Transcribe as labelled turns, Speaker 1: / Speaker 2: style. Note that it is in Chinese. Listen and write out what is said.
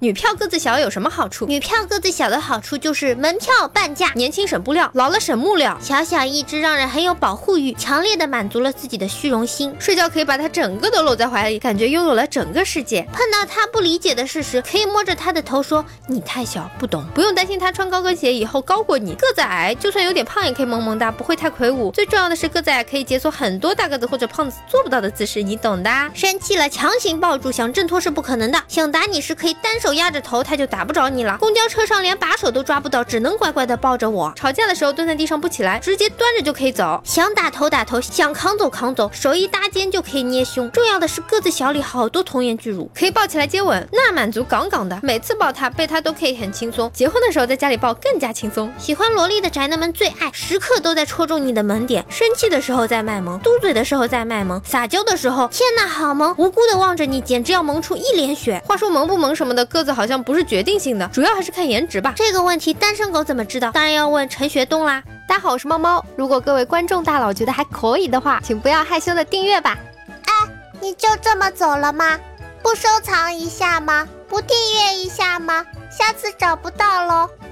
Speaker 1: 女票个子小有什么好处？女票个子小的好处就是门票半价，年轻省布料，老了省木料。小小一只让人很有保护欲，强烈的满足了自己的虚荣心。睡觉可以把它整个都搂在怀里，感觉拥有了整个世界。碰到他不理解的事实，可以摸着他的头说：“你太小，不懂。”不用担心他穿高跟鞋以后高过你。个子矮，就算有点胖也可以萌萌哒，不会太魁梧。最重要的是，个子矮可以解锁很多大个子或者胖子做不到的姿势，你懂的啊。生气了，强行抱住，想挣脱是不可能的。想打你时，可以单手压着头，他就打不着你了。公交车上连把手都抓不到，只能乖乖的抱着我。吵架的时候蹲在地上不起来，直接端着就可以走。想打头打头，想扛走扛走，手一搭肩就可以捏胸。重要的是，个子小里好多童颜巨乳，可以抱起来接吻，那满足杠杠的。每次抱他，被他都可以很轻松。结婚的时候在家里抱更加轻松。喜欢萝莉的宅男们最爱，时刻都在戳中你的萌点。生气的时候在卖萌，嘟嘴的时候在卖萌，撒娇的时候，天呐，好萌！无辜的望着你，简直要萌出一脸血。话说萌不萌什么的，个子好像不是决定性的，主要还是看颜值吧。这个问题单身狗怎么知道？当然要问陈学冬啦。
Speaker 2: 大家好，我是猫猫。如果各位观众大佬觉得还可以的话，请不要害羞的订阅吧。
Speaker 3: 你就这么走了吗？不收藏一下吗？不订阅一下吗？下次找不到喽。